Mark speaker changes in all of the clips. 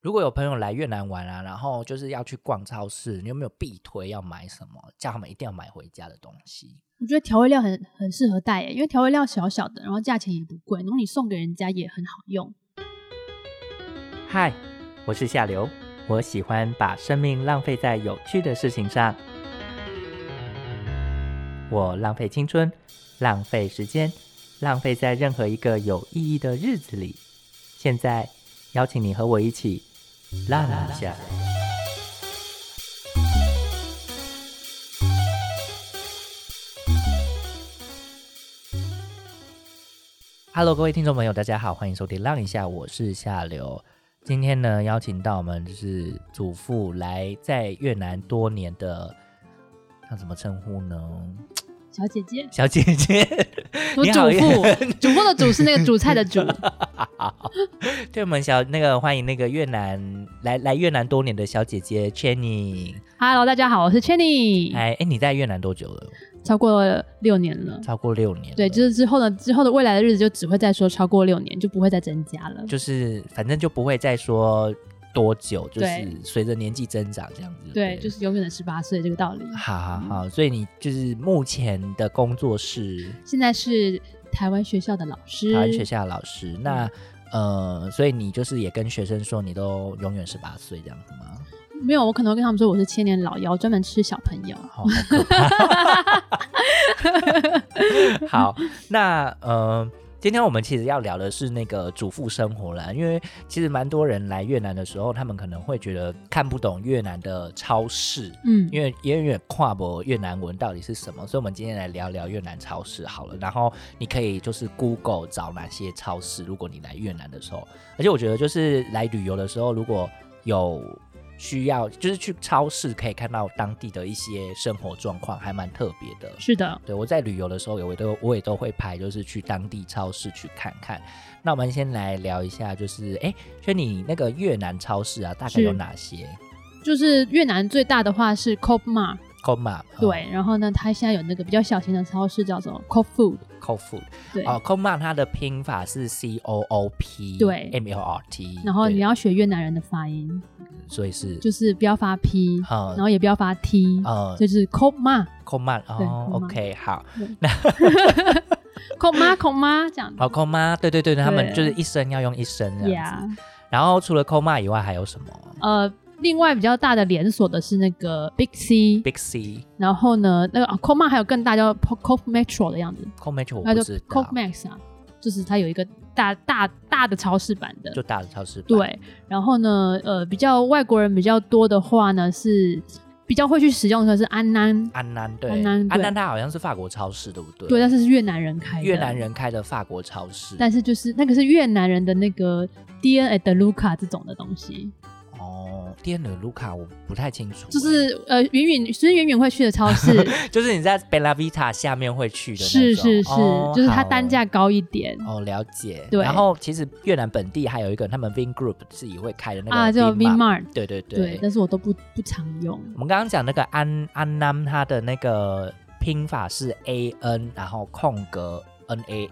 Speaker 1: 如果有朋友来越南玩啊，然后就是要去逛超市，你有没有必推要买什么？叫他们一定要买回家的东西。
Speaker 2: 我觉得调味料很很适合带耶，因为调味料小小的，然后价钱也不贵，然后你送给人家也很好用。
Speaker 3: 嗨，我是下流，我喜欢把生命浪费在有趣的事情上。我浪费青春，浪费时间，浪费在任何一个有意义的日子里。现在邀请你和我一起浪一下。
Speaker 1: Hello，各位听众朋友，大家好，欢迎收听《浪一下》，我是下流。今天呢，邀请到我们就是祖父来在越南多年的，那怎么称呼呢？
Speaker 2: 小姐姐，
Speaker 1: 小姐姐，
Speaker 2: 我
Speaker 1: 你
Speaker 2: 主
Speaker 1: 好
Speaker 2: 妇，主妇的主是那个主菜的主，
Speaker 1: 对我们小那个欢迎那个越南来来越南多年的小姐姐 Chenny。
Speaker 2: Hello，大家好，我是 Chenny，
Speaker 1: 哎哎，你在越南多久了？
Speaker 2: 超过六年了。
Speaker 1: 超过六年了。
Speaker 2: 对，就是是之后呢，之后的未来的日子就只会再说超过六年，就不会再增加了。
Speaker 1: 就是，反正就不会再说多久，就是
Speaker 2: 对
Speaker 1: 随着年纪增长这样子。。
Speaker 2: 对，就是是永远的十八岁这个道理。
Speaker 1: 好好好，所以你就是目前的工作是
Speaker 2: 现在是台湾学校的老师，
Speaker 1: 台湾学校的老师，那呃，所以你就是也跟学生说你都永远十八岁这样子吗？
Speaker 2: 没有，我可能会跟他们说我是千年老妖，专门吃小朋友。
Speaker 1: 好，好可怕。好，那呃，今天我们其实要聊的是那个主妇生活啦，因为其实蛮多人来越南的时候，他们可能会觉得看不懂越南的超市。
Speaker 2: 嗯，
Speaker 1: 因为因为有点跨博越南文到底是什么，所以我们今天来聊聊越南超市好了。然后你可以就是 Google 找哪些超市，如果你来越南的时候，而且我觉得就是来旅游的时候，如果有需要，就是去超市可以看到当地的一些生活状况，还蛮特别的。
Speaker 2: 是的，
Speaker 1: 对，我在旅游的时候，也我都我也都会拍，就是去当地超市去看看。那我们先来聊一下，就是哎，所以你那个越南超市啊，大概
Speaker 2: 是
Speaker 1: 有哪些
Speaker 2: 就是越南最大的话是 c o p Mart，
Speaker 1: ？Co m a
Speaker 2: 对，然后呢，它现在有那个比较小型的超市叫做 c o p Food，
Speaker 1: Co 嗯 Food。
Speaker 2: 对，
Speaker 1: 哦 c o m a 它的拼法是 C O O P
Speaker 2: 对
Speaker 1: M L R T，
Speaker 2: 然后你
Speaker 1: 对
Speaker 2: 要学越南人的发音，
Speaker 1: 所以是
Speaker 2: 就是不要发 P，
Speaker 1: 好
Speaker 2: 然后也不要发 T，
Speaker 1: 呃
Speaker 2: 就是 c o p Mart。
Speaker 1: c o m a
Speaker 2: 对
Speaker 1: 哦
Speaker 2: Command
Speaker 1: OK 好
Speaker 2: 孔妈孔妈这样子
Speaker 1: 好 c o m a 对对对，他们
Speaker 2: 对
Speaker 1: 就是一声要用一声这样子。
Speaker 2: ，Yeah，
Speaker 1: 然后除了 c o m a 以外还有什么
Speaker 2: 呃，另外比较大的连锁的是那个 Big C，
Speaker 1: ？Big C
Speaker 2: 然后呢，那个 c o m a 还有更大叫 p o c o Metro 的样子，
Speaker 1: c o m a 我
Speaker 2: 那
Speaker 1: 不
Speaker 2: 就
Speaker 1: 知
Speaker 2: c
Speaker 1: 道
Speaker 2: o，Max 啊，就是它有一个大大大的超市版的，
Speaker 1: 就大的超市版
Speaker 2: 对。然后呢，呃，比较外国人比较多的话呢，是比较会去使用的是安南，
Speaker 1: 安南对
Speaker 2: 安南对
Speaker 1: 安南它好像是法国超市对不对？
Speaker 2: 对，但是是越南人开的，
Speaker 1: 越南，人开的法国超市
Speaker 2: 但是就是那个是越南人的那个 DNA 的 Luca 这种的东西，
Speaker 1: 哦，店的卢卡我不太清楚欸，
Speaker 2: 就是呃，远远孙远远会去的超 市。
Speaker 1: 就是你在 Bella Vita 下面会去的那
Speaker 2: 是
Speaker 1: 种
Speaker 2: 是是，
Speaker 1: 哦
Speaker 2: 就是它
Speaker 1: 好
Speaker 2: 单价高一点、
Speaker 1: 哦，了解。
Speaker 2: 对
Speaker 1: 然后其实越南本地还有一个他们 Vin Group 自己会开的那个
Speaker 2: 啊，叫 V
Speaker 1: Vin Mart
Speaker 2: Mart，
Speaker 1: 对对
Speaker 2: 对
Speaker 1: 对，。
Speaker 2: 但是我都不不常用。
Speaker 1: 我们刚刚讲那个安安南，它的那个拼法是 A N，然后空格 N A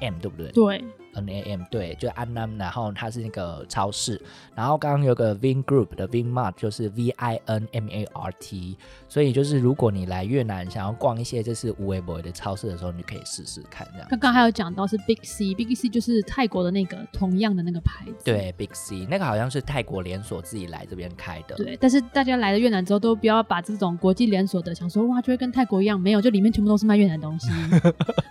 Speaker 1: M，对不对？
Speaker 2: 对，
Speaker 1: N A M，对，就安南，然后它是那个超市，然后刚刚有个 Vin Group 的 Vin Mart 就是 V I N M A R T，所以就是如果你来越南想要逛一些就是无为 boy 的超市的时候，你就可以试试看这样。
Speaker 2: 刚刚还有讲到是 Big C，Big C 就是泰国的那个同样的那个牌子。
Speaker 1: 对，Big C 那个好像是泰国连锁自己来这边开的。
Speaker 2: 对，但是大家来了越南之后，都不要把这种国际连锁的想说哇，就会跟泰国一样，没有，就里面全部都是卖越南东西。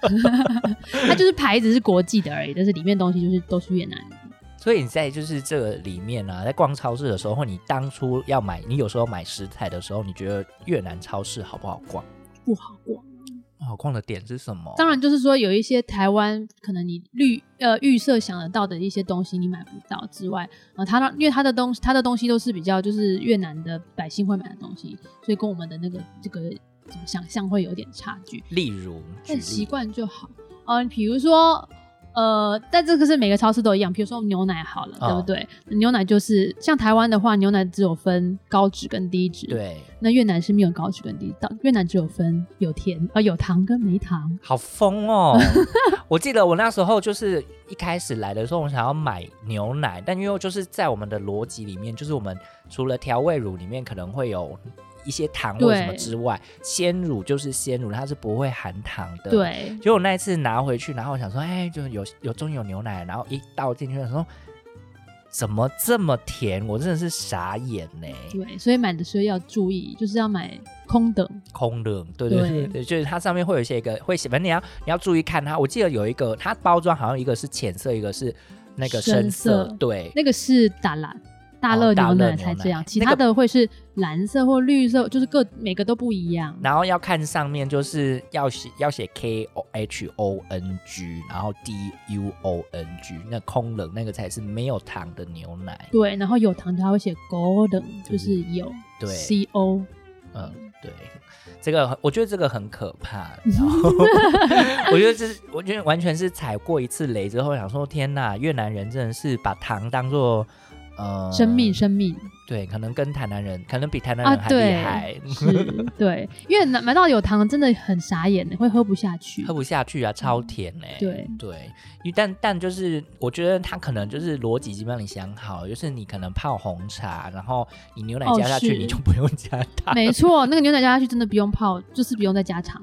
Speaker 2: 它就是牌子是国际的而已，但是里面东西就是都是越南的。
Speaker 1: 所以你在就是这个里面啊，在逛超市的时候，或你当初要买，你有时候买食材的时候，你觉得越南超市好不好逛？
Speaker 2: 不好逛。
Speaker 1: 不好逛的点是什么？
Speaker 2: 当然，就是说有一些台湾可能你预呃预设想得到的一些东西你买不到之外，然后它让因为它的东它的东西都是比较就是越南的百姓会买的东西，所以跟我们的那个这个怎么想象会有点差距，
Speaker 1: 例如，举
Speaker 2: 但
Speaker 1: 例
Speaker 2: 哦习惯就好。嗯、比如说呃，但这个是每个超市都一样。比如说牛奶好了，对
Speaker 1: 哦
Speaker 2: 不对？牛奶就是像台湾的话，牛奶只有分高脂跟低脂。，
Speaker 1: 对，
Speaker 2: 那越南是没有高脂跟低脂，越南只有分有甜呃有糖跟没糖。
Speaker 1: 好疯哦！ 我记得我那时候就是一开始来的时候，我想要买牛奶，但因为就是在我们的逻辑里面，就是我们除了调味乳里面可能会有一些糖或什么
Speaker 2: 对
Speaker 1: 之外，鲜乳就是鲜乳，它是不会含糖的。。
Speaker 2: 对，
Speaker 1: 结果我那一次拿回去，然后我想说，哎、就有有终于有牛奶了，然后一倒进去的时候，怎么这么甜？我真的是傻眼呢、
Speaker 2: 对，所以买的时候要注意，就是要买空等。
Speaker 1: 空的，对对对
Speaker 2: 对
Speaker 1: 对，就是它上面会有一些一个会写，反正你要你要注意看它。我记得有一个它包装好像一个是浅色，一个是那个深
Speaker 2: 深色
Speaker 1: 对。
Speaker 2: 那个是打蓝大
Speaker 1: 哦
Speaker 2: 乐
Speaker 1: 大
Speaker 2: 牛
Speaker 1: 乐
Speaker 2: 奶才
Speaker 1: 牛奶
Speaker 2: 这样，其
Speaker 1: 那个
Speaker 2: 他的会是蓝色或绿色，就是各每个都不一样。
Speaker 1: 然后要看上面，就是要写要写 K O H O N G，然后 D U O N G，那空冷那个才是没有糖的牛奶。
Speaker 2: 对，然后有糖的它会写 golden，
Speaker 1: 就
Speaker 2: 就是是有
Speaker 1: 嗯对
Speaker 2: C O，
Speaker 1: 嗯，对，这个我觉得这个很可怕。然 后我觉得这是我觉得完全是踩过一次雷之后，想说天呐，越南人真的是把糖当做呃
Speaker 2: 生命 生命
Speaker 1: 对，可能跟台南人，可能比台南
Speaker 2: 啊
Speaker 1: 人，还厉
Speaker 2: 对
Speaker 1: 害，，
Speaker 2: 是，对，因为买买到有糖真的很傻眼的，会喝不下 去
Speaker 1: 喝。不下去啊，超甜呢、
Speaker 2: 嗯对
Speaker 1: 对，一但但就是，我觉得他可能就是逻辑已经帮你想好，就是你可能泡红茶，然后你牛奶
Speaker 2: 哦
Speaker 1: 加下去，
Speaker 2: 是
Speaker 1: 你就不用 加糖，
Speaker 2: 没错，那个牛奶加下去真的不用泡，就是不用再加糖。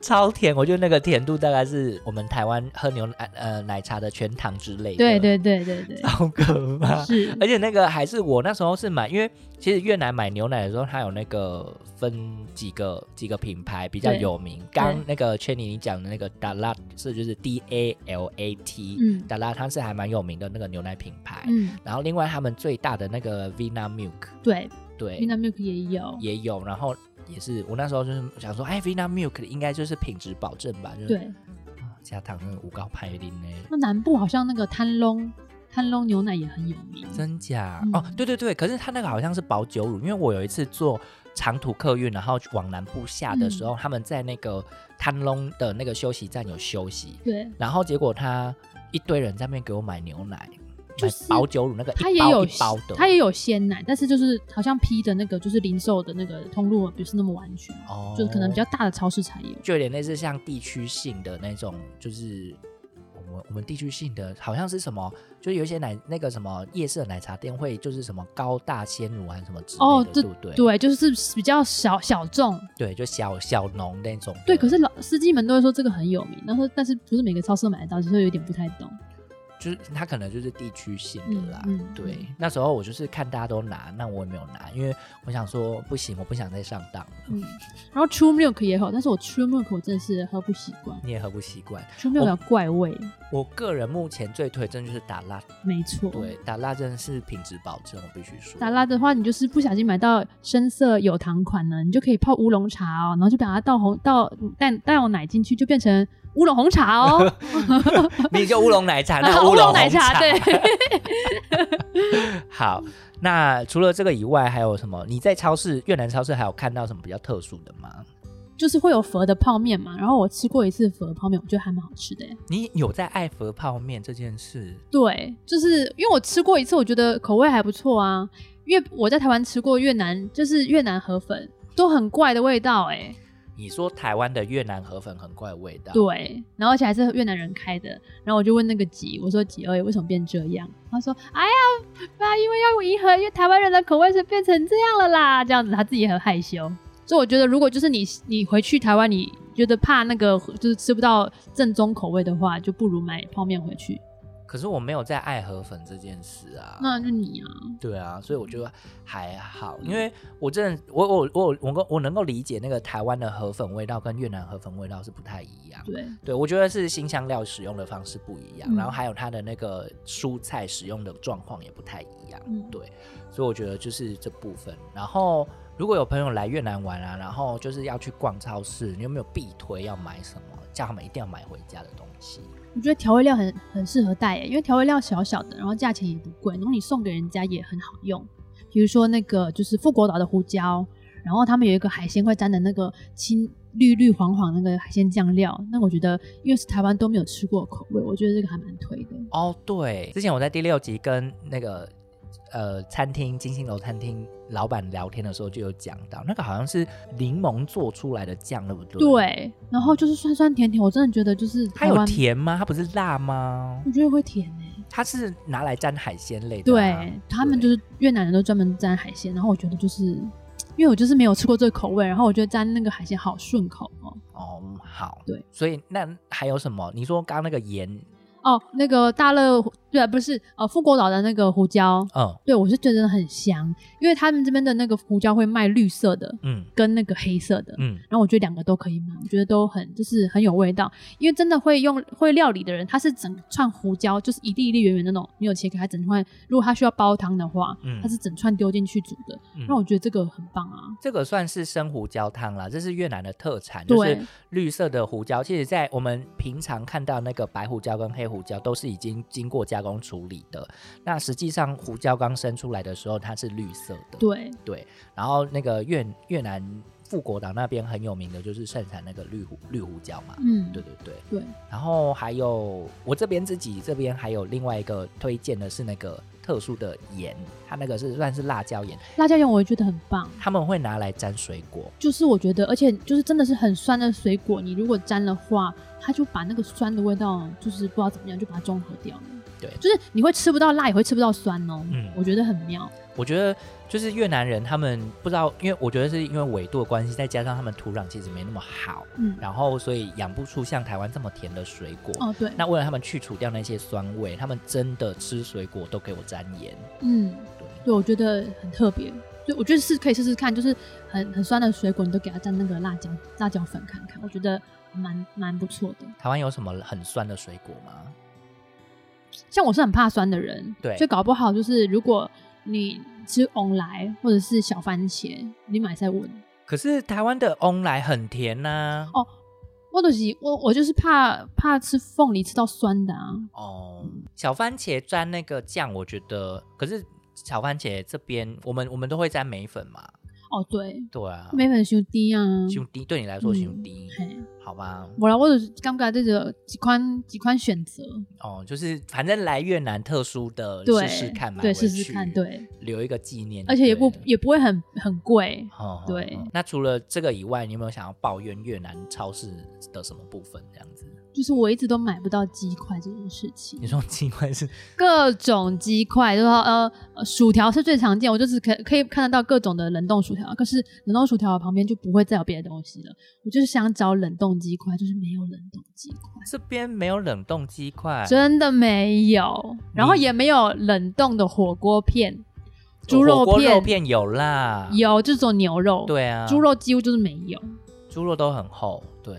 Speaker 1: 超甜。我觉得那个甜度大概是我们台湾喝牛奶呃奶茶的全糖之类的，
Speaker 2: 对，对对对对，
Speaker 1: 超可怕。
Speaker 2: 是
Speaker 1: 而且那个还是我那时候是买，因为其实越南买牛奶的时候，它有那个分几个几个品牌比较
Speaker 2: 对
Speaker 1: 有名。刚那个 Chenny 你讲的那个 Dalat 是就是 D A L A T，
Speaker 2: 嗯
Speaker 1: Dalat 它是还蛮有名的那个牛奶品牌。
Speaker 2: 嗯，
Speaker 1: 然后另外他们最大的那个 Vina Milk，
Speaker 2: 对
Speaker 1: 对
Speaker 2: ，Vina Milk 也有，
Speaker 1: 也有，然后也是我那时候就是想说，哎，Vina Milk 应该就是品质保证吧，就是
Speaker 2: 对，
Speaker 1: 啊加糖那个五高派林呢。
Speaker 2: 那南部好像那个摊龙摊龙牛奶也很有名，
Speaker 1: 真假、
Speaker 2: 嗯
Speaker 1: 哦，对对对，可是它那个好像是保酒乳，因为我有一次坐长途客运，然后往南部下的时候，
Speaker 2: 嗯
Speaker 1: 他们在那个摊龙的那个休息站有休息，
Speaker 2: 对，
Speaker 1: 然后结果他一堆人在那边给我买牛奶，
Speaker 2: 就是
Speaker 1: 买保酒乳那个
Speaker 2: 它
Speaker 1: 一
Speaker 2: 也
Speaker 1: 包
Speaker 2: 有
Speaker 1: 一包的，
Speaker 2: 它也有鲜奶，但是就是好像批的那个就是零售的那个通路不是那么完全，
Speaker 1: 哦
Speaker 2: 就是可能比较大的超市才有。
Speaker 1: 就有点类似像地区性的那种，就是我们我们地区性的好像是什么，就是有一些奶那个什么夜市的奶茶店会就是什么高大鲜乳还是什么之类的，
Speaker 2: 哦
Speaker 1: 对不对？
Speaker 2: 对，就是比较小小众。
Speaker 1: 对，就小小农那种的。
Speaker 2: 对，可是老司机们都会说这个很有名，然后但是不是每个超市都买得到，其实有点不太懂。
Speaker 1: 就是它可能就是地区性的啦。
Speaker 2: 嗯嗯
Speaker 1: 对
Speaker 2: 嗯，
Speaker 1: 那时候我就是看大家都拿，那我也没有拿，因为我想说不行，我不想再上当了。
Speaker 2: 嗯，然后 True Milk 也好，但是我 True Milk 我真的是喝不习惯
Speaker 1: 你也喝不习惯。
Speaker 2: ，True Milk 有怪味，
Speaker 1: 我个人目前最推真的就是打蜡，
Speaker 2: 没错。
Speaker 1: 对，打蜡真的是品质保证，我必须说。
Speaker 2: 嗯打拉的话，你就是不小心买到深色有糖款呢，你就可以泡乌龙茶哦，然后就把它倒红倒淡淡有奶进去，就变成乌龙红茶哦。
Speaker 1: 你就乌龙奶 茶，那
Speaker 2: 啊
Speaker 1: 乌龙红
Speaker 2: 奶茶，对，
Speaker 1: 好，那除了这个以外，还有什么？你在超市越南超市还有看到什么比较特殊的吗？
Speaker 2: 就是会有佛的泡面嘛。然后我吃过一次佛的泡面，我觉得还蛮好吃的耶。
Speaker 1: 你有在爱佛泡面这件事？
Speaker 2: 对，就是因为我吃过一次，我觉得口味还不错啊。因为我在台湾吃过越南，就是越南河粉都很怪的味道哎、
Speaker 1: 你说台湾的越南河粉很怪的味道，
Speaker 2: 对，然后而且还是越南人开的。然后我就问那个吉，我说吉二为什么变这样？他说：哎呀，那因为要迎合，因为台湾人的口味是变成这样了啦，这样子他自己也很害羞。所以我觉得，如果就是你你回去台湾，你觉得怕那个就是吃不到正宗口味的话，就不如买泡面回去。
Speaker 1: 可是我没有在爱河粉这件事啊。
Speaker 2: 那就你嗯啊，
Speaker 1: 对啊，所以我觉得还好，因为我真的，我我我我够我能够理解那个台湾的河粉味道跟越南河粉味道是不太一样。
Speaker 2: 对
Speaker 1: 对，我觉得是新香料使用的方式不一样，
Speaker 2: 嗯
Speaker 1: 然后还有它的那个蔬菜使用的状况也不太一样。
Speaker 2: 嗯
Speaker 1: 对，所以我觉得就是这部分。然后如果有朋友来越南玩啊，然后就是要去逛超市，你有没有必推要买什么？叫他们一定要买回家的东西。
Speaker 2: 我觉得调味料很很适合带耶，因为调味料小小的，然后价钱也不贵，然后你送给人家也很好用。比如说那个就是富国岛的胡椒，然后他们有一个海鲜会沾的那个青绿绿黄黄那个海鲜酱料，那我觉得因为是台湾都没有吃过的口味，我觉得这个还蛮推的。
Speaker 1: 哦，对，之前我在第六集跟那个呃餐厅金星楼餐厅老板聊天的时候就有讲到，那个好像是柠檬做出来的酱，对不对？，
Speaker 2: 对，然后就是酸酸甜甜，我真的觉得就是
Speaker 1: 它
Speaker 2: 台
Speaker 1: 有
Speaker 2: 湾，
Speaker 1: 甜吗？它不是辣吗？
Speaker 2: 我觉得会甜诶、
Speaker 1: 它是拿来沾海鲜类的、啊。
Speaker 2: 对他们就是越南人都专门沾海鲜，然后我觉得就是因为我就是没有吃过这个口味，然后我觉得沾那个海鲜好顺口哦。
Speaker 1: 哦，好，
Speaker 2: 对，
Speaker 1: 所以那还有什么？你说刚刚那个盐，
Speaker 2: 哦，那个大乐对、啊，不是呃富国岛的那个胡椒，
Speaker 1: 嗯
Speaker 2: 对我是觉得很香，因为他们这边的那个胡椒会卖绿色的
Speaker 1: 嗯
Speaker 2: 跟那个黑色的，
Speaker 1: 嗯，
Speaker 2: 然后我觉得两个都可以买，我觉得都很就是很有味道，因为真的会用会料理的人，他是整串胡椒，就是一粒一粒圆圆的那种，没有切开，他整串。如果他需要煲汤的话，
Speaker 1: 嗯
Speaker 2: 他是整串丢进去煮的，
Speaker 1: 嗯
Speaker 2: 那我觉得这个很棒啊。
Speaker 1: 这个算是生胡椒汤啦，这是越南的特产，就
Speaker 2: 对
Speaker 1: 是绿色的胡椒。其实，在我们平常看到那个白胡椒跟黑胡椒都是已经经过加工处理的。那实际上，胡椒刚生出来的时候，它是绿色的。
Speaker 2: 对，
Speaker 1: 对，然后那个越越南富国岛那边很有名的就是盛产那个绿胡绿胡椒嘛。
Speaker 2: 嗯，
Speaker 1: 对对对，
Speaker 2: 对
Speaker 1: 然后还有我这边自己这边还有另外一个推荐的是那个特殊的盐，它那个是算是辣椒盐，
Speaker 2: 辣椒盐我也觉得很棒，
Speaker 1: 他们会拿来沾水果。
Speaker 2: 就是我觉得，而且就是真的是很酸的水果，你如果沾的话，它就把那个酸的味道，就是不知道怎么样，就把它中和掉了。
Speaker 1: 对
Speaker 2: 就是你会吃不到辣，也会吃不到酸哦。
Speaker 1: 嗯
Speaker 2: 我觉得很妙。
Speaker 1: 我觉得就是越南人他们不知道，因为我觉得是因为纬度的关系，再加上他们土壤其实没那么好，
Speaker 2: 嗯，
Speaker 1: 然后所以养不出像台湾这么甜的水果。
Speaker 2: 哦对，
Speaker 1: 那为了他们去除掉那些酸味，他们真的吃水果都给我沾盐。
Speaker 2: 嗯，
Speaker 1: 对，
Speaker 2: 对，我觉得很特别。对，我觉得是可以试试看，就是很很酸的水果，你都给它蘸那个辣椒辣椒粉看看，我觉得蛮蛮不错的。
Speaker 1: 台湾有什么很酸的水果吗？
Speaker 2: 像我是很怕酸的人，
Speaker 1: 对
Speaker 2: 就搞不好就是如果你吃翁来或者是小番茄，你买在闻，
Speaker 1: 可是台湾的翁来很甜呐、
Speaker 2: 哦我就是我我就是怕怕吃凤梨吃到酸的啊，
Speaker 1: 哦，小番茄沾那个酱，我觉得，可是小番茄这边我们我们都会沾梅粉嘛，
Speaker 2: 哦对，
Speaker 1: 对啊，
Speaker 2: 梅粉修低啊，
Speaker 1: 兄弟对你来说
Speaker 2: 嗯
Speaker 1: 兄弟、
Speaker 2: 嘿，
Speaker 1: 好吧，
Speaker 2: 我啦，我就是感觉这个几款几款选择，
Speaker 1: 哦，就是反正来越南特殊的
Speaker 2: 对，
Speaker 1: 试试看嘛，
Speaker 2: 对，试试看，，对，
Speaker 1: 留一个纪念嗯就对了，
Speaker 2: 而且也不也不会很很贵，
Speaker 1: 哦。哦
Speaker 2: 对
Speaker 1: 哦那除了这个以外，你有没有想要抱怨越南超市的什么部分？这样子，
Speaker 2: 就是我一直都买不到鸡块这件事情
Speaker 1: 你，说奇怪是
Speaker 2: 各种鸡块，就是说呃，呃薯条是最常见，我就是可可以看得到各种的冷冻薯条，可是冷冻薯条旁边就不会再有别的东西了。我就是想找冷冻鸡块，就是没有冷冻鸡块，
Speaker 1: 这边没有冷冻鸡块，
Speaker 2: 真的没有，然后也没有冷冻的火锅片、猪
Speaker 1: 火
Speaker 2: 肉
Speaker 1: 锅
Speaker 2: 片，
Speaker 1: 肉片有啦，，
Speaker 2: 有这种牛肉，、
Speaker 1: 对啊，
Speaker 2: 猪肉几乎就是没有，
Speaker 1: 猪肉都很厚，对。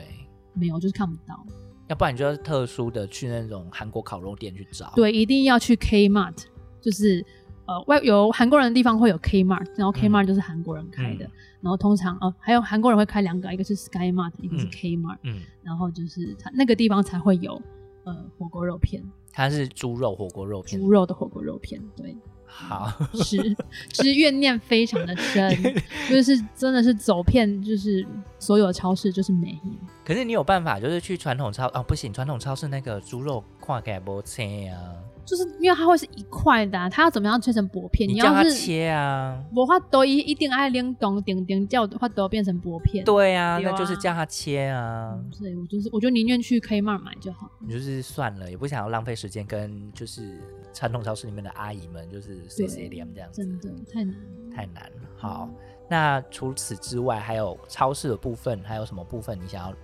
Speaker 2: 没有就是看不到。
Speaker 1: 要不然你就是特殊的去那种韩国烤肉店去找。，
Speaker 2: 对，一定要去 Kmart，就是呃外有韩国人的地方会有 Kmart，然后 Kmart 就是韩国人开的，
Speaker 1: 嗯
Speaker 2: 然后通常呃还有韩国人会开两个，一个是 Sky Mart，一个是
Speaker 1: 嗯
Speaker 2: Kmart，、
Speaker 1: 嗯，
Speaker 2: 然后就是它那个地方才会有呃火锅肉片，
Speaker 1: 它是猪肉火锅肉片。
Speaker 2: 猪肉的火锅肉片，对，
Speaker 1: 好，
Speaker 2: 是是怨念非常的 深，就是真的是走遍就是所有超市就是没有。
Speaker 1: 可是你有办法，就是去传统超哦，不行，传统超市那个猪肉跨给不切啊，
Speaker 2: 就是因为它会是一块的、啊，它要怎么样切成薄片？
Speaker 1: 你
Speaker 2: 你
Speaker 1: 叫
Speaker 2: 要
Speaker 1: 它
Speaker 2: 是
Speaker 1: 切啊。
Speaker 2: 无法度伊一定爱冷冻顶顶叫法度变成薄片。
Speaker 1: 对啊，
Speaker 2: 对啊
Speaker 1: 那就是叫它切啊。
Speaker 2: 嗯，所以我就是我就宁愿去 Kmart 买就好。
Speaker 1: 啊你就是算了，也不想要浪费时间跟就是传统超市里面的阿姨们就是碎碎念这样子，
Speaker 2: 真的太难了。
Speaker 1: 太难了。好，那除此之外，还有超市的部分，还有什么部分你想要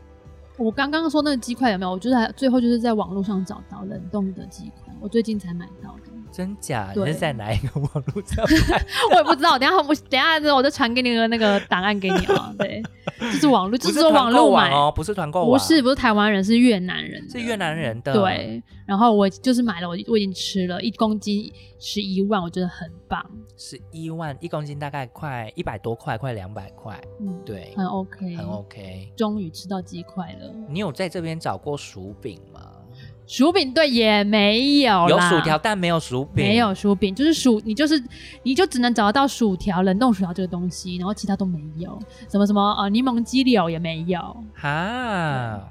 Speaker 2: 我刚刚说那个鸡块有没有？我就是还最后就是在网络上找到冷冻的鸡块，我最近才买到的。
Speaker 1: 真假？你
Speaker 2: 对
Speaker 1: 是在哪一个网络 上看？
Speaker 2: 我也不知道，等一下我等一下我再传给你的那个档案给你 啊。对，就是网络，就
Speaker 1: 不
Speaker 2: 是
Speaker 1: 是
Speaker 2: 说
Speaker 1: 团购
Speaker 2: 络
Speaker 1: 网
Speaker 2: 买，
Speaker 1: 哦，不是团购
Speaker 2: 不
Speaker 1: 网，
Speaker 2: 是不是台湾人，是越南人的，
Speaker 1: 是越南人的。，
Speaker 2: 对，然后我就是买了，我我已经吃了一公斤十一万，我觉得很棒，
Speaker 1: 十一万一公斤，大概快一百多块，快两百块，
Speaker 2: 嗯，，
Speaker 1: 对，
Speaker 2: 很 OK，
Speaker 1: 很 OK。
Speaker 2: 终于吃到鸡块了。
Speaker 1: 你有在这边找过薯饼吗？
Speaker 2: 薯饼对也没有啦，
Speaker 1: 有薯条但没有薯饼，
Speaker 2: 没有薯饼，就是薯，你就是你就只能找得到薯条、冷冻薯条这个东西，然后其他都没有，什么什么呃柠檬鸡柳也没有。
Speaker 1: 哈，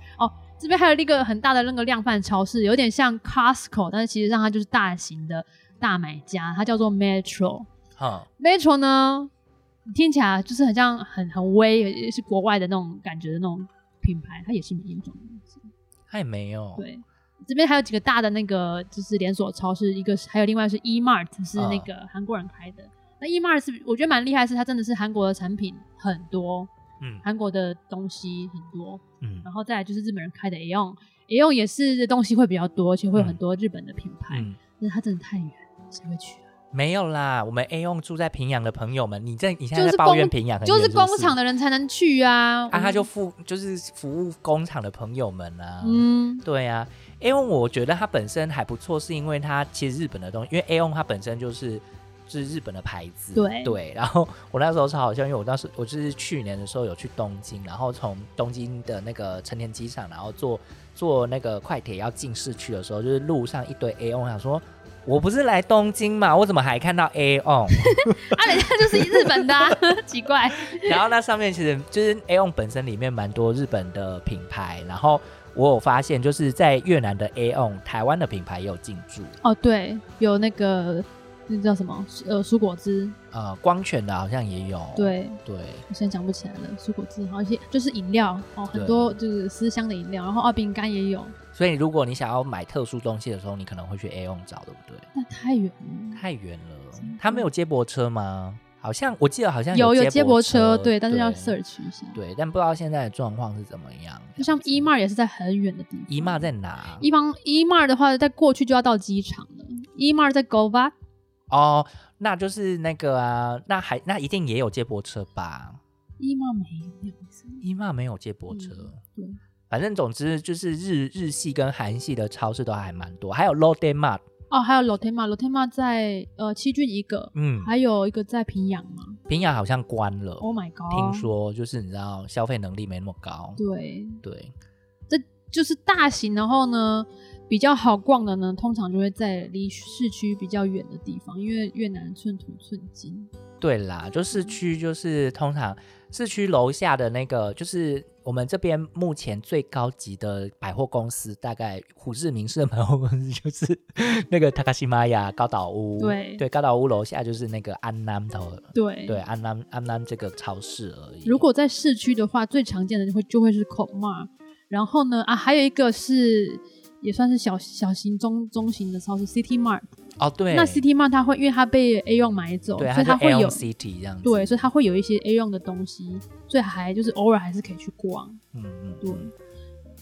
Speaker 2: 这边还有一个很大的那个量贩超市，有点像 Costco，但是其实上它就是大型的大买家，它叫做 Metro。
Speaker 1: 哼，
Speaker 2: Metro 呢，听起来就是很像很很威，也是国外的那种感觉的那种品牌，它也是没有这种东西。
Speaker 1: 他也没有，
Speaker 2: 对，这边还有几个大的那个就是连锁超市，一个是还有另外是 E Mart，是那个韩国人开的。那 E Mart 是我觉得蛮厉害，是它真的是韩国的产品很多，
Speaker 1: 嗯
Speaker 2: 韩国的东西很多。
Speaker 1: 嗯
Speaker 2: 然后再来就是日本人开的 Aeon。Aeon 也是东西会比较多，而且会有很多日本的品牌。
Speaker 1: 嗯，
Speaker 2: 那、它真的太远，谁会去啊？
Speaker 1: 没有啦。我们 A 用住在平阳的朋友们，你在你现
Speaker 2: 就
Speaker 1: 在
Speaker 2: 是
Speaker 1: 在抱怨
Speaker 2: 工
Speaker 1: 平阳很
Speaker 2: 就
Speaker 1: 远
Speaker 2: 是
Speaker 1: 是
Speaker 2: 工
Speaker 1: 不是
Speaker 2: 厂的人才能去啊。
Speaker 1: 啊，
Speaker 2: 我
Speaker 1: 他就服就是服务工厂的朋友们啊，
Speaker 2: 嗯，
Speaker 1: 对啊，因为我觉得它本身还不错，是因为它其实日本的东西，因为 A O 它本身就是是日本的牌子，
Speaker 2: 对
Speaker 1: 对。然后我那时候超好笑，因为我当时我就是去年的时候有去东京，然后从东京的那个成田机场，然后坐坐那个快铁要进市区的时候，就是路上一堆 A O，想说。我不是来东京嘛，我怎么还看到 A on？
Speaker 2: 啊，人家就是日本的、啊， 奇怪。
Speaker 1: 然后那上面其实就是 A on 本身里面蛮多日本的品牌，然后我有发现就是在越南的 A on，台湾的品牌也有进驻。
Speaker 2: 哦，对，有那个那叫什么呃蔬果汁，
Speaker 1: 呃，光泉的好像也有，
Speaker 2: 对
Speaker 1: 对，
Speaker 2: 我现在讲不起来了，蔬果汁，然后一些就是饮料哦，
Speaker 1: 对
Speaker 2: 很多就是思乡的饮料，然后哦饼干也有，
Speaker 1: 所以如果你想要买特殊东西的时候，你可能会去 A on 找，对不对？
Speaker 2: 但太远了。
Speaker 1: 太远了，他没有接驳车吗？好像我记得好像
Speaker 2: 有
Speaker 1: 有
Speaker 2: 接
Speaker 1: 驳
Speaker 2: 驳车，对，但是要
Speaker 1: 对
Speaker 2: search 一下。
Speaker 1: 对，但不知道现在的状况是怎么样。
Speaker 2: 就像 E m a r 也是在很远的地方。
Speaker 1: 姨妈 E 在哪？
Speaker 2: 一方 E m a r 的话，在过去就要到机场了。E m a r 在 Gova，
Speaker 1: 哦，那就是那个啊，那还那一定也有接驳车吧？
Speaker 2: e m a r 没有。
Speaker 1: 姨妈没有接驳车。
Speaker 2: 对，
Speaker 1: 反正总之就是日日系跟韩系的超市都还蛮多，还有 l o d e Mart，
Speaker 2: 哦，还有 Lotema，Lotema 在呃七郡一个，
Speaker 1: 嗯，
Speaker 2: 还有一个在平阳嘛。
Speaker 1: 平阳好像关了。
Speaker 2: Oh my god！
Speaker 1: 听说就是你知道消费能力没那么高，
Speaker 2: 对，
Speaker 1: 对，
Speaker 2: 就是大型，然后呢比较好逛的呢，通常就会在离市区比较远的地方，因为越南寸土寸金。
Speaker 1: 对啦，就市区就是通常市区楼下的那个，就是我们这边目前最高级的百货公司，大概虎志明市的百货公司就是那个塔卡西玛雅高岛屋，
Speaker 2: 对
Speaker 1: 对，高岛屋楼下就是那个安南头，
Speaker 2: 对
Speaker 1: 对，。安南安南这个超市而已。
Speaker 2: 如果在市区的话，最常见的就会就会是 k o m a 然后呢啊，还有一个是也算是小小型中中型的超市 City Mart。
Speaker 1: 哦对，
Speaker 2: 那 City Mart 它会因为它被 A 用买走，所
Speaker 1: 对，
Speaker 2: 以
Speaker 1: 它
Speaker 2: 它
Speaker 1: 是
Speaker 2: 会
Speaker 1: L
Speaker 2: 有
Speaker 1: City 这样子，
Speaker 2: 对，所以它会有一些 A 用的东西，所以还就是偶尔还是可以去逛。
Speaker 1: 嗯嗯
Speaker 2: 对，
Speaker 1: 嗯。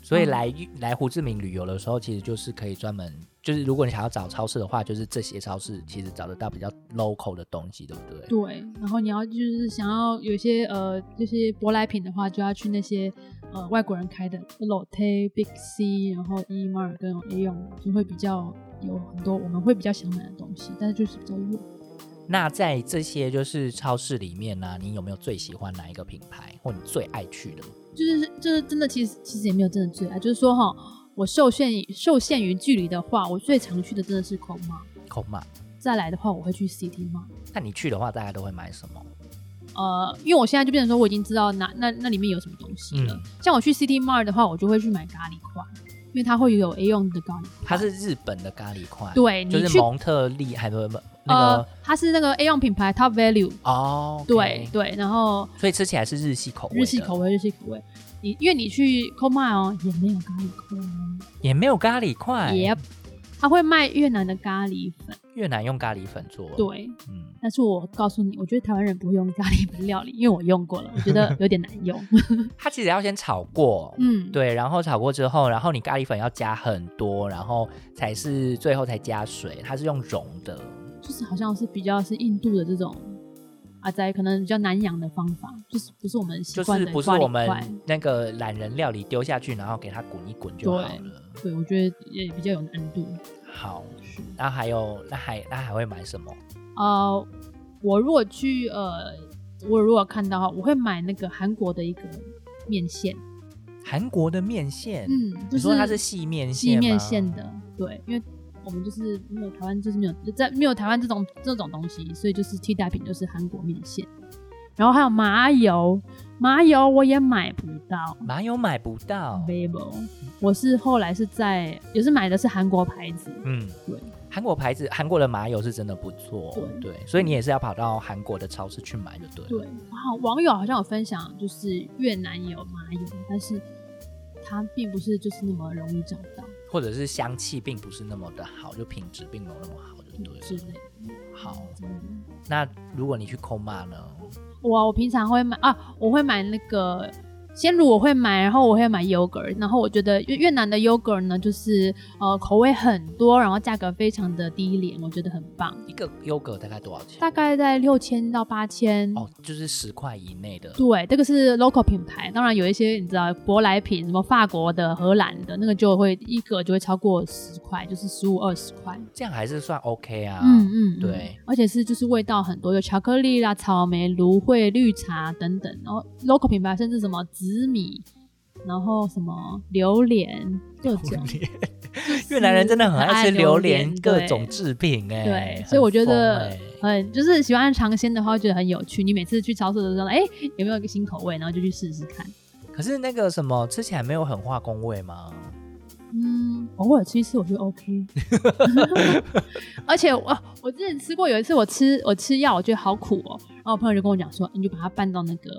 Speaker 1: 所以
Speaker 2: 嗯
Speaker 1: 来来胡志明旅游的时候，其实就是可以专门，就是如果你想要找超市的话，就是这些超市其实找得到比较 local 的东西，对不对？
Speaker 2: 对，然后你要就是想要有一些呃这些舶来品的话，就要去那些呃外国人开的 Lotte、Big C，然后 E Mart 跟 A 用，就会比较有很多我们会比较想买的东西，但是就是比较远。
Speaker 1: 那在这些就是超市里面呢、你有没有最喜欢哪一个品牌，或你最爱去的？
Speaker 2: 就是就是真的，其实其实也没有真的最爱，就是说哈，我受限于受限于距离的话，我最常去的真的是 k o m a
Speaker 1: 口马？
Speaker 2: 再来的话，我会去 City Mart。
Speaker 1: 那你去的话，大家都会买什么？
Speaker 2: 呃，因为我现在就变成说，我已经知道哪那那里面有什么东西了。
Speaker 1: 嗯
Speaker 2: 像我去 City Mart 的话，我就会去买咖喱块，因为它会有 A 用的咖喱块。
Speaker 1: 它是日本的咖喱块，，
Speaker 2: 对
Speaker 1: 就
Speaker 2: 你
Speaker 1: 是
Speaker 2: 去
Speaker 1: 蒙特利，还有那
Speaker 2: 呃
Speaker 1: 个、，
Speaker 2: 它是那个 A 用品牌 Top Value，
Speaker 1: 哦，
Speaker 2: 对，对，然后
Speaker 1: 所以吃起来是日系口味的，
Speaker 2: 日系口味，日系口味。你因为你去 c o m a 哦，也没有咖喱块哦
Speaker 1: 也没有咖喱块，
Speaker 2: ，Yep，它会卖越南的咖喱粉，
Speaker 1: 越南用咖喱粉做，，
Speaker 2: 对。
Speaker 1: 嗯。
Speaker 2: 但是我告诉你，我觉得台湾人不会用咖喱粉料理，因为我用过了，我觉得有点 难用。
Speaker 1: 它其实要先炒过，
Speaker 2: 嗯，
Speaker 1: 对，然后炒过之后，然后你咖喱粉要加很多，然后才是最后才加水，它是用溶的。
Speaker 2: 就是好像是比较是印度的这种阿在可能比较南洋的方法，就是不是我们习
Speaker 1: 就
Speaker 2: 惯
Speaker 1: 是
Speaker 2: 的
Speaker 1: 不是
Speaker 2: 咖喱
Speaker 1: 我
Speaker 2: 块
Speaker 1: 们那个懒人料理丢下去，然后给它滚一滚就好了。
Speaker 2: 对，我觉得也比较有难度。
Speaker 1: 好，
Speaker 2: 是
Speaker 1: 那还有，那还那还会买什么？
Speaker 2: 呃，我如果去呃，我如果看到的话，我会买那个韩国的一个面线，
Speaker 1: 韩国的面线，
Speaker 2: 嗯，就
Speaker 1: 你
Speaker 2: 是
Speaker 1: 说它是细面线
Speaker 2: 细
Speaker 1: 吗
Speaker 2: 面线的，对，因为我们就是没有台湾，就是没有在没有台湾这种这种东西，所以就是替代品就是韩国面线，然后还有麻油，麻油我也买不到
Speaker 1: 麻油买不到，
Speaker 2: ，Vivo，我是后来是在也是买的是韩国牌子，
Speaker 1: 嗯，
Speaker 2: 对，
Speaker 1: 韩国牌子，韩国的麻油是真的不错，
Speaker 2: 对
Speaker 1: 对，所以你也是要跑到韩国的超市去买就对了。
Speaker 2: 对，然后网友好像有分享，就是越南也有麻油，但是它并不是就是那么容易找到
Speaker 1: 或者是香气并不是那么的好，就品质并没有那么好，就对
Speaker 2: 之
Speaker 1: 了。
Speaker 2: 类的。
Speaker 1: 好，
Speaker 2: 嗯
Speaker 1: 那如果你去 Koma 呢？
Speaker 2: 我我平常会买啊，我会买那个鲜乳，我会买，然后我会买 yogurt，然后我觉得越越南的 yogurt 呢，就是呃口味很多，然后价格非常的低廉，我觉得很棒，
Speaker 1: 一个优格大概多少钱？
Speaker 2: 大概在六千到八千。
Speaker 1: 哦，就是十块以内的。
Speaker 2: 嗯对，这个是 local 品牌，当然有一些你知道舶来品，什么法国的、荷兰的，那个就会一个就会超过十块，就是十五二十块。
Speaker 1: 这样还是算 OK 啊。
Speaker 2: 嗯嗯，嗯
Speaker 1: 对，
Speaker 2: 而且是就是味道很多，有巧克力啦、草莓、芦荟、绿茶等等，然后 local 品牌甚至什么紫米，然后什么榴莲各种，
Speaker 1: 越南人真的很爱吃榴莲，
Speaker 2: 对
Speaker 1: 各种制品哎、
Speaker 2: 对
Speaker 1: 很，
Speaker 2: 所以我觉得
Speaker 1: 疯哎
Speaker 2: 很就是喜欢尝鲜的话，会觉得很有趣。你每次去超市的时候，哎，有没有一个新口味，然后就去试试看。
Speaker 1: 可是那个什么，吃起来没有很化工味吗？
Speaker 2: 嗯，偶尔吃一次我觉得 OK。而且我我之前吃过有一次我吃我吃药我觉得好苦哦，然后我朋友就跟我讲说，你就把它拌到那个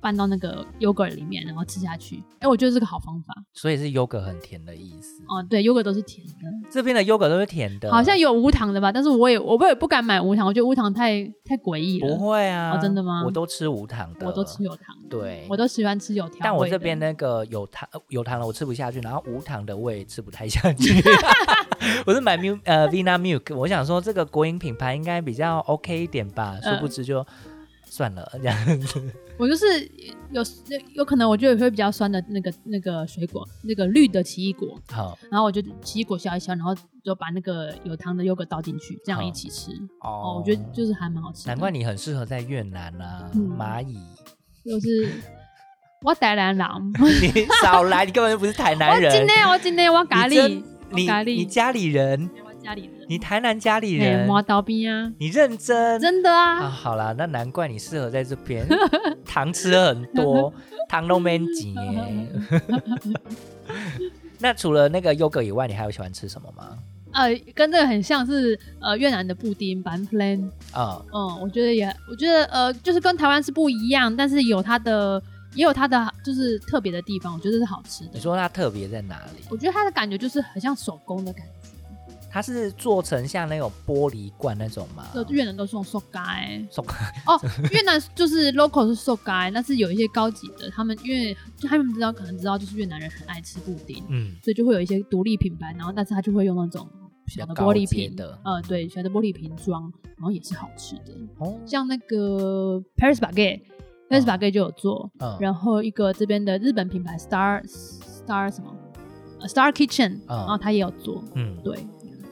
Speaker 2: 拌到那个 yogurt 里面，然后吃下去。哎、我觉得是个好方法。
Speaker 1: 所以是优格很甜的意思。
Speaker 2: 哦、对，yogurt 都是甜的，
Speaker 1: 这边的优格都是甜的，
Speaker 2: 好像有无糖的吧？但是我也我也不敢买无糖，我觉得无糖太太诡异了。
Speaker 1: 不会啊、
Speaker 2: 哦真的吗
Speaker 1: 我都吃无糖的，
Speaker 2: 我都吃有糖的，
Speaker 1: 对
Speaker 2: 我都喜欢吃有调
Speaker 1: 但我
Speaker 2: 味
Speaker 1: 这
Speaker 2: 的
Speaker 1: 边那个有糖呃有糖的我吃不下去，然后无糖的我也吃不太下去。 我是买 milk 呃 Vina milk，我想说这个国营品牌应该比较 OK 一点吧，殊
Speaker 2: 嗯
Speaker 1: 不知就算了这样子。
Speaker 2: 我就是有有可能我觉得会比较酸的那个那个水果，那个绿的奇异果，
Speaker 1: 好
Speaker 2: 然后我就奇异果削一削，然后就把那个有糖的优格倒进去，这
Speaker 1: 好
Speaker 2: 样一起吃。哦，
Speaker 1: 哦
Speaker 2: 我觉得就是还蛮好吃的。
Speaker 1: 难怪你很适合在越南啊，
Speaker 2: 嗯
Speaker 1: 蚂蚁，
Speaker 2: 就是 我台南人，
Speaker 1: 你少来，你根本就不是台南
Speaker 2: 我
Speaker 1: 人。
Speaker 2: 今天我哦今天我咖
Speaker 1: 你
Speaker 2: 喱
Speaker 1: 真，你
Speaker 2: 我咖
Speaker 1: 你
Speaker 2: 喱，
Speaker 1: 家里人，
Speaker 2: 我家里人，
Speaker 1: 你台南家里
Speaker 2: 哎
Speaker 1: 人，
Speaker 2: 磨刀边啊，
Speaker 1: 你认真
Speaker 2: 真的
Speaker 1: 啊，
Speaker 2: 啊，
Speaker 1: 好啦，那难怪你适合在这 边，糖吃很多，糖都没挤耶。 那除了那个优格以外，你还有喜欢吃什么吗？
Speaker 2: 呃，跟这个很像是呃越南的布丁板 plan，
Speaker 1: 啊、
Speaker 2: 嗯，我觉得也，我觉得呃就是跟台湾是不一样，但是有它的也有它的就是特别的地方，我觉得是好吃的
Speaker 1: 你。说它特别在哪里？
Speaker 2: 我觉得它的感觉就是很像手工的感觉。啊
Speaker 1: 它是做成像那种玻璃罐那种吗？
Speaker 2: 呃，越南都是用塑胶欸，
Speaker 1: 送
Speaker 2: 哦，越南就是 local 是塑胶欸，但是有一些高级的，他们因为就他们知道可能知道，就是越南人很爱吃布丁，
Speaker 1: 嗯，
Speaker 2: 所以就会有一些独立品牌，然后但是他就会用那种
Speaker 1: 比较
Speaker 2: 小的
Speaker 1: 高
Speaker 2: 玻璃
Speaker 1: 阶
Speaker 2: 瓶
Speaker 1: 的
Speaker 2: 呃，对，小的玻璃瓶装，然后也是好吃的，
Speaker 1: 哦，
Speaker 2: 像那个 Paris Baguette。Paris
Speaker 1: 嗯
Speaker 2: Baguette 就有做，
Speaker 1: 嗯
Speaker 2: 然后一个这边的日本品牌 Star Star 什么呃 Star Kitchen，、
Speaker 1: 嗯
Speaker 2: 然后它也有做，
Speaker 1: 嗯，
Speaker 2: 对，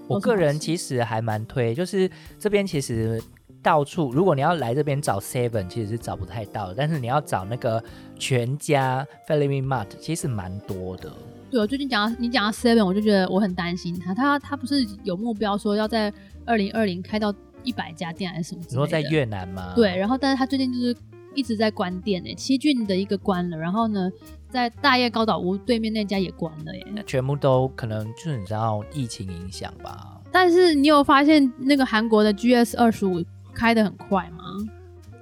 Speaker 1: 我
Speaker 2: 都是
Speaker 1: 个
Speaker 2: 好
Speaker 1: 人
Speaker 2: 吃
Speaker 1: 其实还蛮推，就是这边其实到处，如果你要来这边找 Seven，其实是找不太到的，但是你要找那个全家 Family Mart，其实蛮多的。
Speaker 2: 对，我最近讲到你讲到 Seven，我就觉得我很担心他，他他不是有目标说要在二零二零开到一百家店还是什么之
Speaker 1: 你说
Speaker 2: 类的？
Speaker 1: 在越南吗？
Speaker 2: 对，然后但是他最近就是一直在关店呢、七郡的一个关了，然后呢，在大叶高岛屋对面那家也关了耶、
Speaker 1: 全部都可能就是你知道疫情影响吧，
Speaker 2: 但是你有发现那个韩国的 GS 二十五开的很快吗？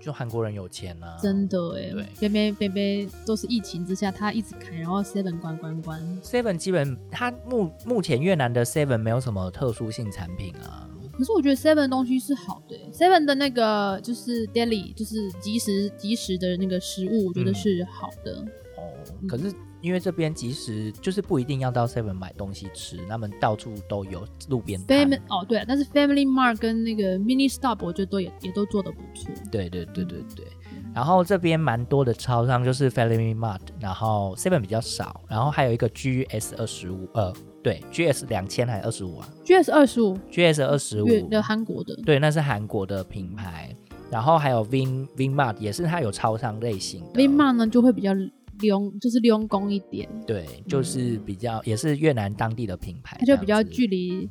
Speaker 1: 就韩国人有钱啊，
Speaker 2: 真的哎、
Speaker 1: 对
Speaker 2: 边边边边都是疫情之下，他一直开，然后 Seven 关关关，
Speaker 1: Seven 基本它目目前越南的 Seven 没有什么特殊性产品啊，
Speaker 2: 可是我觉得 Seven 的东西是好的、s e v e n 的那个就是 daily，就是即时即时的那个食物，我觉
Speaker 1: 嗯
Speaker 2: 得是好的。
Speaker 1: 哦，
Speaker 2: 嗯
Speaker 1: 可是因为这边其实就是不一定要到 Seven 买东西吃，他们到处都有路边摊。
Speaker 2: Family 哦对、啊，但是 Family Mart 跟那个 Mini Stop 我觉得都也也都做的不错。
Speaker 1: 对对对对对。
Speaker 2: 嗯
Speaker 1: 然后这边蛮多的超商，就是 Family Mart，然后 Seven 比较少，然后还有一个 GS 二十五，呃，对，GS 两千还是二十五啊
Speaker 2: GS 二十五，
Speaker 1: ？GS 二十五
Speaker 2: 越的韩国的，
Speaker 1: 对，那是韩国的品牌。然后还有 Vin Vinmart 也是它有超商类型的。
Speaker 2: Vin Mart 呢就会比较溜，就是溜工一点，
Speaker 1: 对，就是比较也是越南当地的品牌，
Speaker 2: 嗯它就比
Speaker 1: 这
Speaker 2: 较
Speaker 1: 样子
Speaker 2: 距离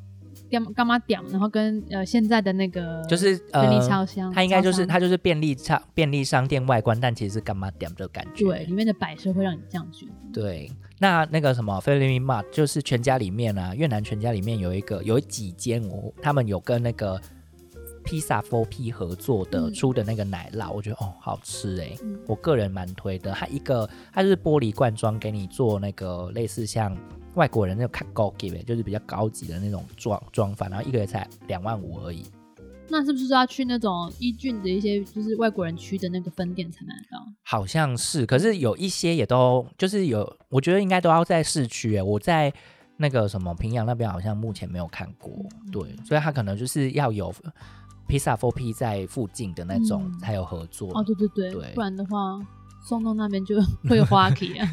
Speaker 2: 干嘛干嘛点，然后跟呃现在的那个
Speaker 1: 就是
Speaker 2: 便利
Speaker 1: 呃
Speaker 2: 超，商，
Speaker 1: 它应该就
Speaker 2: 超
Speaker 1: 是
Speaker 2: 商
Speaker 1: 它就是便利超便利商店外观，但其实是干嘛点的感觉，
Speaker 2: 对里面的摆设会让你这样觉得。
Speaker 1: 对，那那个什么菲律宾 mart 就是全家里面啊，越南全家里面有一个有几间我他们有跟那个披萨 Four P 合作的、
Speaker 2: 嗯
Speaker 1: 出的那个奶酪，我觉得哦好吃哎、
Speaker 2: 嗯
Speaker 1: 我个人蛮推的。它一个它就是玻璃罐装给你做那个类似像外国人那种 cut go give，就是比较高级的那种装装法，然后一个月才两万五而已。
Speaker 2: 那是不是要去那种一郡的一些就是外国人区的那个分店才买得到？
Speaker 1: 好像是，可是有一些也都就是有，我觉得应该都要在市区、欸。我在那个什么平阳那边好像目前没有看过，
Speaker 2: 嗯
Speaker 1: 对，所以他可能就是要有披萨 for P 在附近的那种
Speaker 2: 嗯
Speaker 1: 才有合作。
Speaker 2: 哦，对对对，
Speaker 1: 对
Speaker 2: 不然的话，送到那边就会有花期 啊。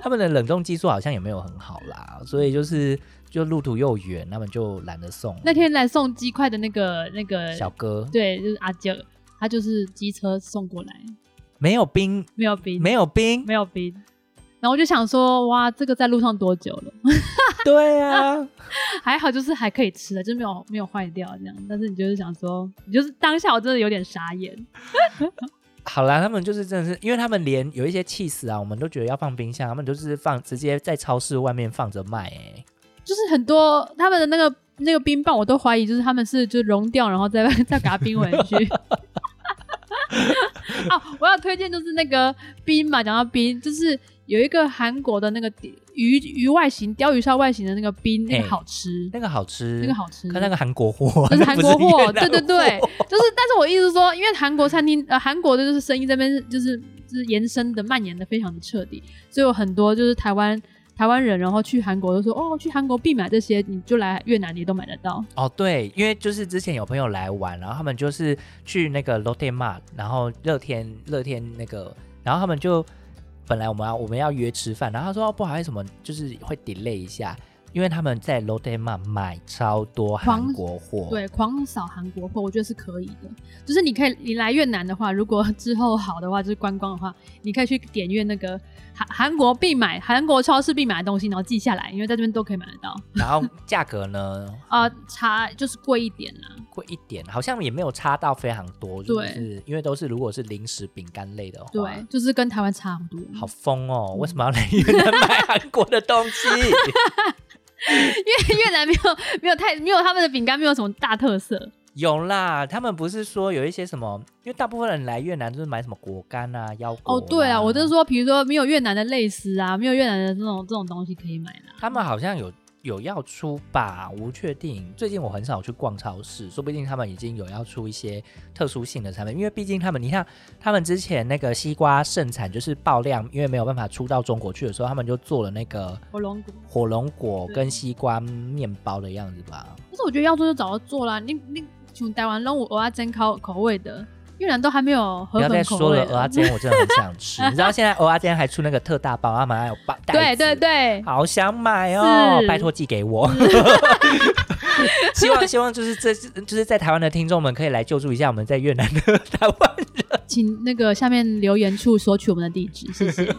Speaker 1: 他们的冷冻技术好像也没有很好啦，所以就是就路途又远，他们就懒得送。
Speaker 2: 那天来送鸡块的那个那个
Speaker 1: 小哥
Speaker 2: 对，就是阿娇，他就是机车送过来，
Speaker 1: 没有冰，
Speaker 2: 没有冰，
Speaker 1: 没有冰，
Speaker 2: 没有冰。然后我就想说，哇，这个在路上多久了？
Speaker 1: 对啊，
Speaker 2: 还好就是还可以吃的，啊就没有没有坏掉这样。但是你就是想说，你就是当下我真的有点傻眼。
Speaker 1: 好啦，他们就是真的是，因为他们连有一些气死啊，我们都觉得要放冰箱，他们就是放直接在超市外面放着卖、欸，
Speaker 2: 就是很多他们的那个那个冰棒，我都怀疑就是他们是就融掉，然后再 再给它冰回去。 哦，我要推荐就是那个冰嘛，讲到冰，就是有一个韩国的那个鱼鱼外形、鲷鱼烧外形的那个冰，那
Speaker 1: 哎
Speaker 2: 个好吃，
Speaker 1: 那个好吃，
Speaker 2: 那个好吃。
Speaker 1: 可那个韩国货，
Speaker 2: 那是韩国
Speaker 1: 不是
Speaker 2: 货，
Speaker 1: 越南
Speaker 2: 对对对， 就是，但是我意思是说，因为韩国餐厅，呃，韩国的就是生意这边就是就是延伸的蔓延的非常的彻底，所以有很多就是台湾台湾人，然后去韩国都说，哦，去韩国必买这些，你就来越南你都买得到，
Speaker 1: 哦，对，因为就是之前有朋友来玩，然后他们就是去那个 Lotte Mart，然后乐天乐天那个，然后他们就本来我们要我们要约吃饭，然后他说、哦不好意思，我们就是会 delay 一下，因为他们在 Lotte Mart 买超多韩
Speaker 2: 狂
Speaker 1: 国货，
Speaker 2: 对，狂扫韩国货，我觉得是可以的。就是你可以，你来越南的话，如果 之后好的话，就是观光的话，你可以去点阅那个韩韩国必买、韩国超市必买的东西，然后记下来，因为在这边都可以买得到。
Speaker 1: 然后价格呢
Speaker 2: 啊，差就是贵一点啦。
Speaker 1: 贵一点，好像也没有差到非常多，就
Speaker 2: 对
Speaker 1: 是因为都是如果是零食饼干类的话，
Speaker 2: 对，，就是跟台湾差不多。
Speaker 1: 好疯哦！为什么要 来越南
Speaker 2: 嗯
Speaker 1: 买韩国的东西？
Speaker 2: 因为越南没有没有太没有他们的饼干没有什么大特色，
Speaker 1: 有啦，他们不是说有一些什么，因为大部分人来越南就是买什么果干啊、腰果
Speaker 2: 哦，对啊，
Speaker 1: 啦
Speaker 2: 我就是说，比如说没有越南的类似啊，没有越南的这种这种东西可以买啦。
Speaker 1: 他们好像有有要出吧，我不确定。最近我很少去逛超市，说不定他们已经有要出一些特殊性的产品，因为毕竟他们，你看他们之前那个西瓜盛产就是爆量，因为没有办法出到中国去的时候，他们就做了那个
Speaker 2: 火龙果，
Speaker 1: 火龙果跟西瓜面包的样子吧。
Speaker 2: 但是我觉得要做就早就做啦。你你从台湾让我我要真烤口味的，越南都还没有
Speaker 1: 不
Speaker 2: 河
Speaker 1: 要再
Speaker 2: 粉口
Speaker 1: 说
Speaker 2: 味啊
Speaker 1: 了，蚵仔
Speaker 2: 的。
Speaker 1: 煎我真的很想吃。你知道现在蚵仔煎还出那个特大包，他们还有包袋
Speaker 2: 对
Speaker 1: 子
Speaker 2: 对对，
Speaker 1: 好想买哦，
Speaker 2: 是嗯
Speaker 1: 拜托寄给我。 希望希望就是这就是在台湾的听众们可以来救助一下我们在越南的 台湾，
Speaker 2: 请那个下面留言处索取我们的地址， 谢谢。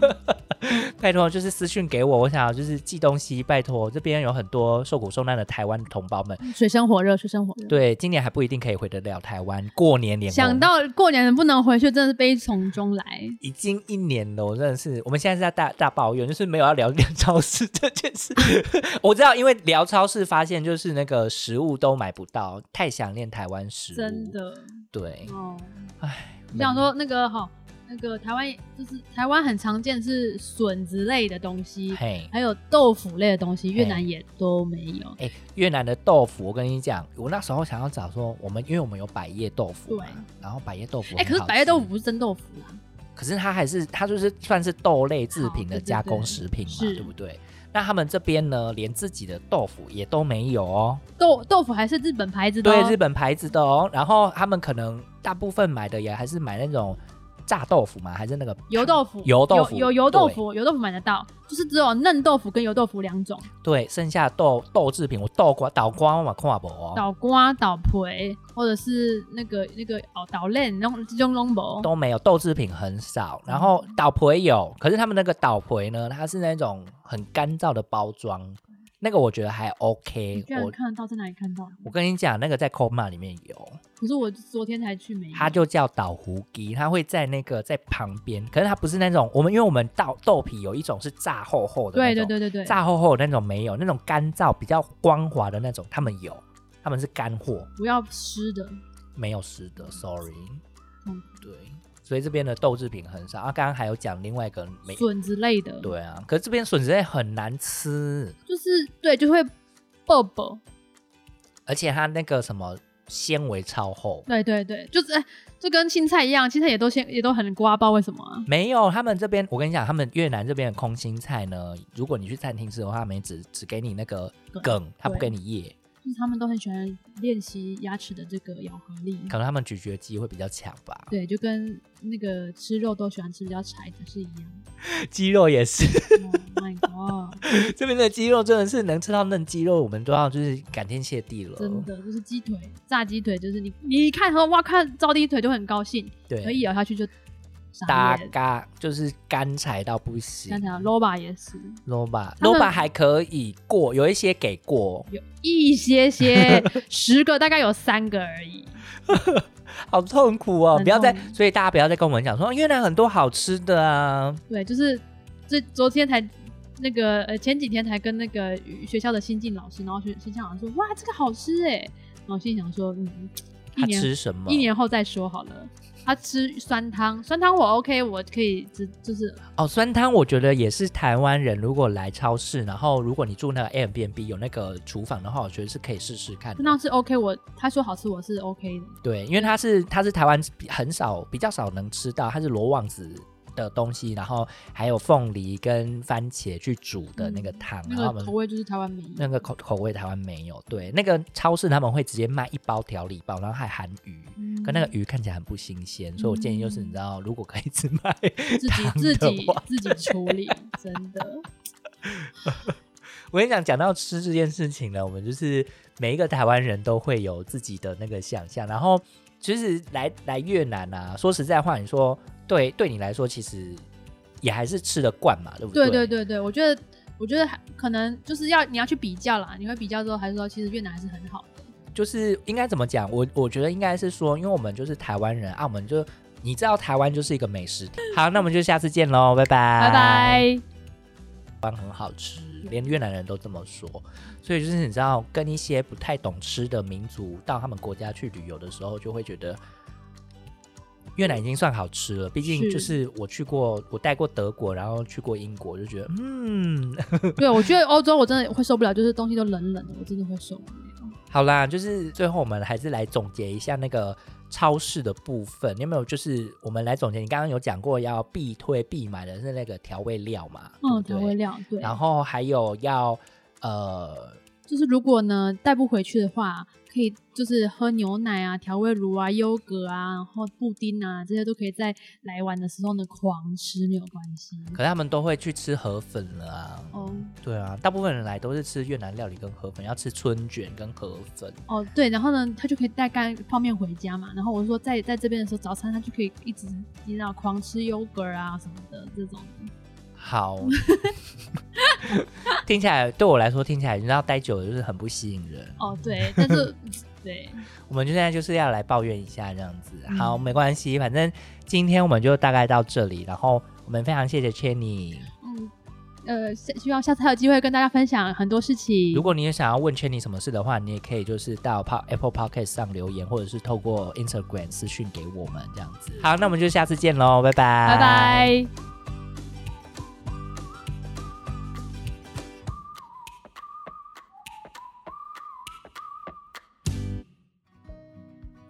Speaker 1: 拜托就是私讯给我，我想要就是寄东西，拜托这边有很多受苦受难的台湾同胞们，
Speaker 2: 水深火热，水深火热。
Speaker 1: 对，今年还不一定可以回得了台湾，过年年
Speaker 2: 想到过年不能回去，真的是悲从中来。
Speaker 1: 已经一年了，我真的是，我们现在是在大大抱怨，就是没有要聊聊超市这件事。 我知道，因为聊超市发现就是那个食物都买不到，太想念台湾食物，
Speaker 2: 真的
Speaker 1: 对，
Speaker 2: 哦。
Speaker 1: 唉，
Speaker 2: 我想说那个哈、那个台湾就是台湾很常见是笋子类的东西，
Speaker 1: 嘿。
Speaker 2: 还有豆腐类的东西，越南也都没有。
Speaker 1: 哎、越南的豆腐，我跟你讲，我那时候想要找说，我们因为我们有百叶豆腐嘛
Speaker 2: 对，
Speaker 1: 然后百叶豆腐，
Speaker 2: 哎、可是百叶豆腐，不是真豆腐啊啦，
Speaker 1: 可是它还是它就是算是豆类制品
Speaker 2: 好对
Speaker 1: 的
Speaker 2: 对
Speaker 1: 加工
Speaker 2: 对
Speaker 1: 食品嘛，
Speaker 2: 是
Speaker 1: 对不对？那他们这边呢，连自己的豆腐也都没有哦，
Speaker 2: 豆豆腐还是日本牌子的、哦。
Speaker 1: 对，日本牌子的哦。然后他们可能大部分买的也还是买那种炸豆腐吗？还是那个
Speaker 2: 油豆腐，
Speaker 1: 油豆腐
Speaker 2: 有有油豆腐，油豆腐买得到，就是只有嫩豆腐跟油豆腐两种，
Speaker 1: 对，剩下豆豆制品，我豆瓜、倒瓜我嘛看不哦，
Speaker 2: 倒瓜、倒培，或者是那个那个哦倒链，然后这种拢无。
Speaker 1: 都没有，豆制品很
Speaker 2: 嗯
Speaker 1: 少。然后倒培有，可是他们那个倒培呢，它是那种很干燥的包装，那个我觉得还
Speaker 2: 你
Speaker 1: OK
Speaker 2: 居。然
Speaker 1: 我
Speaker 2: 看得到，在哪里看到？
Speaker 1: 我跟你讲，那个在 Coma 里面有，
Speaker 2: 可是我昨天才去美国，
Speaker 1: 它就叫倒胡鸡，它会在那个在旁边，可是它不是那种我们因为我们倒豆皮有一种是炸厚厚的那
Speaker 2: 对
Speaker 1: 种，
Speaker 2: 对对对对，
Speaker 1: 炸厚厚的那种没有，那种干燥比较光滑的那种，他们有，他们是干货，
Speaker 2: 不要湿的，
Speaker 1: 没有湿的，sorry。
Speaker 2: 嗯
Speaker 1: 对，所以这边的豆制品很少。啊，刚刚还有讲另外一个没，
Speaker 2: 笋之类的，，
Speaker 1: 对啊，可是这边笋子类很难吃，
Speaker 2: 就是对，就会爆爆，
Speaker 1: 而且它那个什么纤维超厚。
Speaker 2: 对对对，就是哎，就跟青菜一样，青菜也都先也都很瓜，不知道为什么啊。
Speaker 1: 没有，他们这边我跟你讲，他们越南这边的空心菜呢，如果你去餐厅吃的话，他们只只给你那个
Speaker 2: 梗
Speaker 1: 梗，他不
Speaker 2: 对
Speaker 1: 给你叶，
Speaker 2: 就是他们都很喜欢练习牙齿的这个咬合力。
Speaker 1: 可能他们咀嚼肌会比较强吧。
Speaker 2: 对，就跟那个吃肉都喜欢吃比较柴的是一样。
Speaker 1: 鸡肉也是，
Speaker 2: oh my god，
Speaker 1: 这边的鸡肉真的是能吃到嫩鸡肉，我们都要就是感天谢地了。
Speaker 2: 真的就是鸡腿，炸鸡腿就是你你一看和哦哇看招鸡腿就很高兴，
Speaker 1: 对，
Speaker 2: 可以咬下去就
Speaker 1: 大
Speaker 2: 傻眼。
Speaker 1: 嘎就是干柴到不行。
Speaker 2: 刚才 Loba 也是他们
Speaker 1: LOBA，LOBA 还可以过，有一些给过，
Speaker 2: 有一 些些，十个大概有三个而已。
Speaker 1: 好痛苦哦！
Speaker 2: 很
Speaker 1: 不要再
Speaker 2: 痛，苦
Speaker 1: 所以大家不要再跟我们讲说越南很多好吃的啊，
Speaker 2: 对，就是这昨天才那个呃前几天才跟那个学校的新进老师，然后学新进老师说哇这个好吃哎，然后心里想说嗯，一
Speaker 1: 他
Speaker 2: 年
Speaker 1: 吃什么？
Speaker 2: 一年后再说好了。他吃酸汤，酸汤我 OK，我可以只就是
Speaker 1: 哦，酸汤我觉得也是台湾人如果来超市，然后如果你住那个 Airbnb 有那个厨房的话，我觉得是可以试试看的
Speaker 2: 酸汤是 OK，我他说好吃我是 OK 的，
Speaker 1: 对，因为它是它是台湾比很少比较少能吃到，它是罗望子的东西，然后还有凤梨跟番茄去煮的那个汤，然后
Speaker 2: 嗯那
Speaker 1: 我
Speaker 2: 个
Speaker 1: 们
Speaker 2: 口味就是台湾没有。
Speaker 1: 那个口口味台湾没有，对，那个超市他们会直接卖一包调理包，然后还含鱼，
Speaker 2: 嗯
Speaker 1: 可那个鱼看起来很不新鲜，所以我建议就是你知道，如果可以只 买
Speaker 2: 自己
Speaker 1: 汤
Speaker 2: 自
Speaker 1: 的
Speaker 2: 己
Speaker 1: 话，
Speaker 2: 自己处理，真的。
Speaker 1: 我跟你讲，讲到吃这件事情呢，我们就是每一个台湾人都会有自己的那个想象，然后其实来来越南啊，说实在话，你说对对你来说，其实也还是吃得惯嘛，对不
Speaker 2: 对
Speaker 1: 对
Speaker 2: 对对对，我觉得我觉得还可能就是要你要去比较啦，你会比较之后还是说其实越南还是很好的。
Speaker 1: 就是应该怎么讲？我我觉得应该是说，因为我们就是台湾人啊，我们就你知道台湾就是一个美食地。好，那我们就下次见喽，拜拜，
Speaker 2: 拜。拜。
Speaker 1: 台湾很好吃，连越南人都这么说。所以就是你知道，跟一些不太懂吃的民族到他们国家去旅游的时候，就会觉得。越南已经算好吃了，毕竟
Speaker 2: 是
Speaker 1: 就是我去过，我带过德国，然后去过英国，就觉得嗯，
Speaker 2: 对，我觉得欧洲我真的会受不了，就是东西都冷冷的，我真的会受不了。
Speaker 1: 好啦，就是最后我们还是来总结一下那个超市的部分。你有没有就是我们来总结？你刚刚有讲过要必推必买的是那个调味料嘛？
Speaker 2: 嗯，
Speaker 1: 对
Speaker 2: 调
Speaker 1: 不对
Speaker 2: 味。料对，
Speaker 1: 然后还有要呃，
Speaker 2: 就是如果呢带不回去的话，可以就是喝牛奶啊、调味乳啊、优格啊，然后布丁啊，这些都可以在来玩的时候呢狂吃没有关系。
Speaker 1: 可是他们都会去吃河粉了啊。
Speaker 2: 哦
Speaker 1: 对啊，大部分人来都是吃越南料理跟河粉，要吃春卷跟河粉。
Speaker 2: 哦，对，然后呢，他就可以带干泡面回家嘛。然后我说在在这边的时候，早餐他就可以一直你知道狂吃优格啊什么的这种。
Speaker 1: 好，听起来对我来说听起来，你知道待久了就是很不吸引人。
Speaker 2: 哦，对，但是 对，
Speaker 1: 我们就现在就是要来抱怨一下这样子。
Speaker 2: 嗯
Speaker 1: 好，没关系，反正今天我们就大概到这里。然后我们非常谢谢 Chenny。
Speaker 2: 嗯，呃，下希望下次还有机会跟大家分享很多事情。
Speaker 1: 如果你有想要问 Chenny 什么事的话，你也可以就是到 Po- Apple Podcast 上留言，或者是透过 Instagram 私讯给我们这样子。好，那我们就下次见喽，拜拜，
Speaker 2: 拜拜。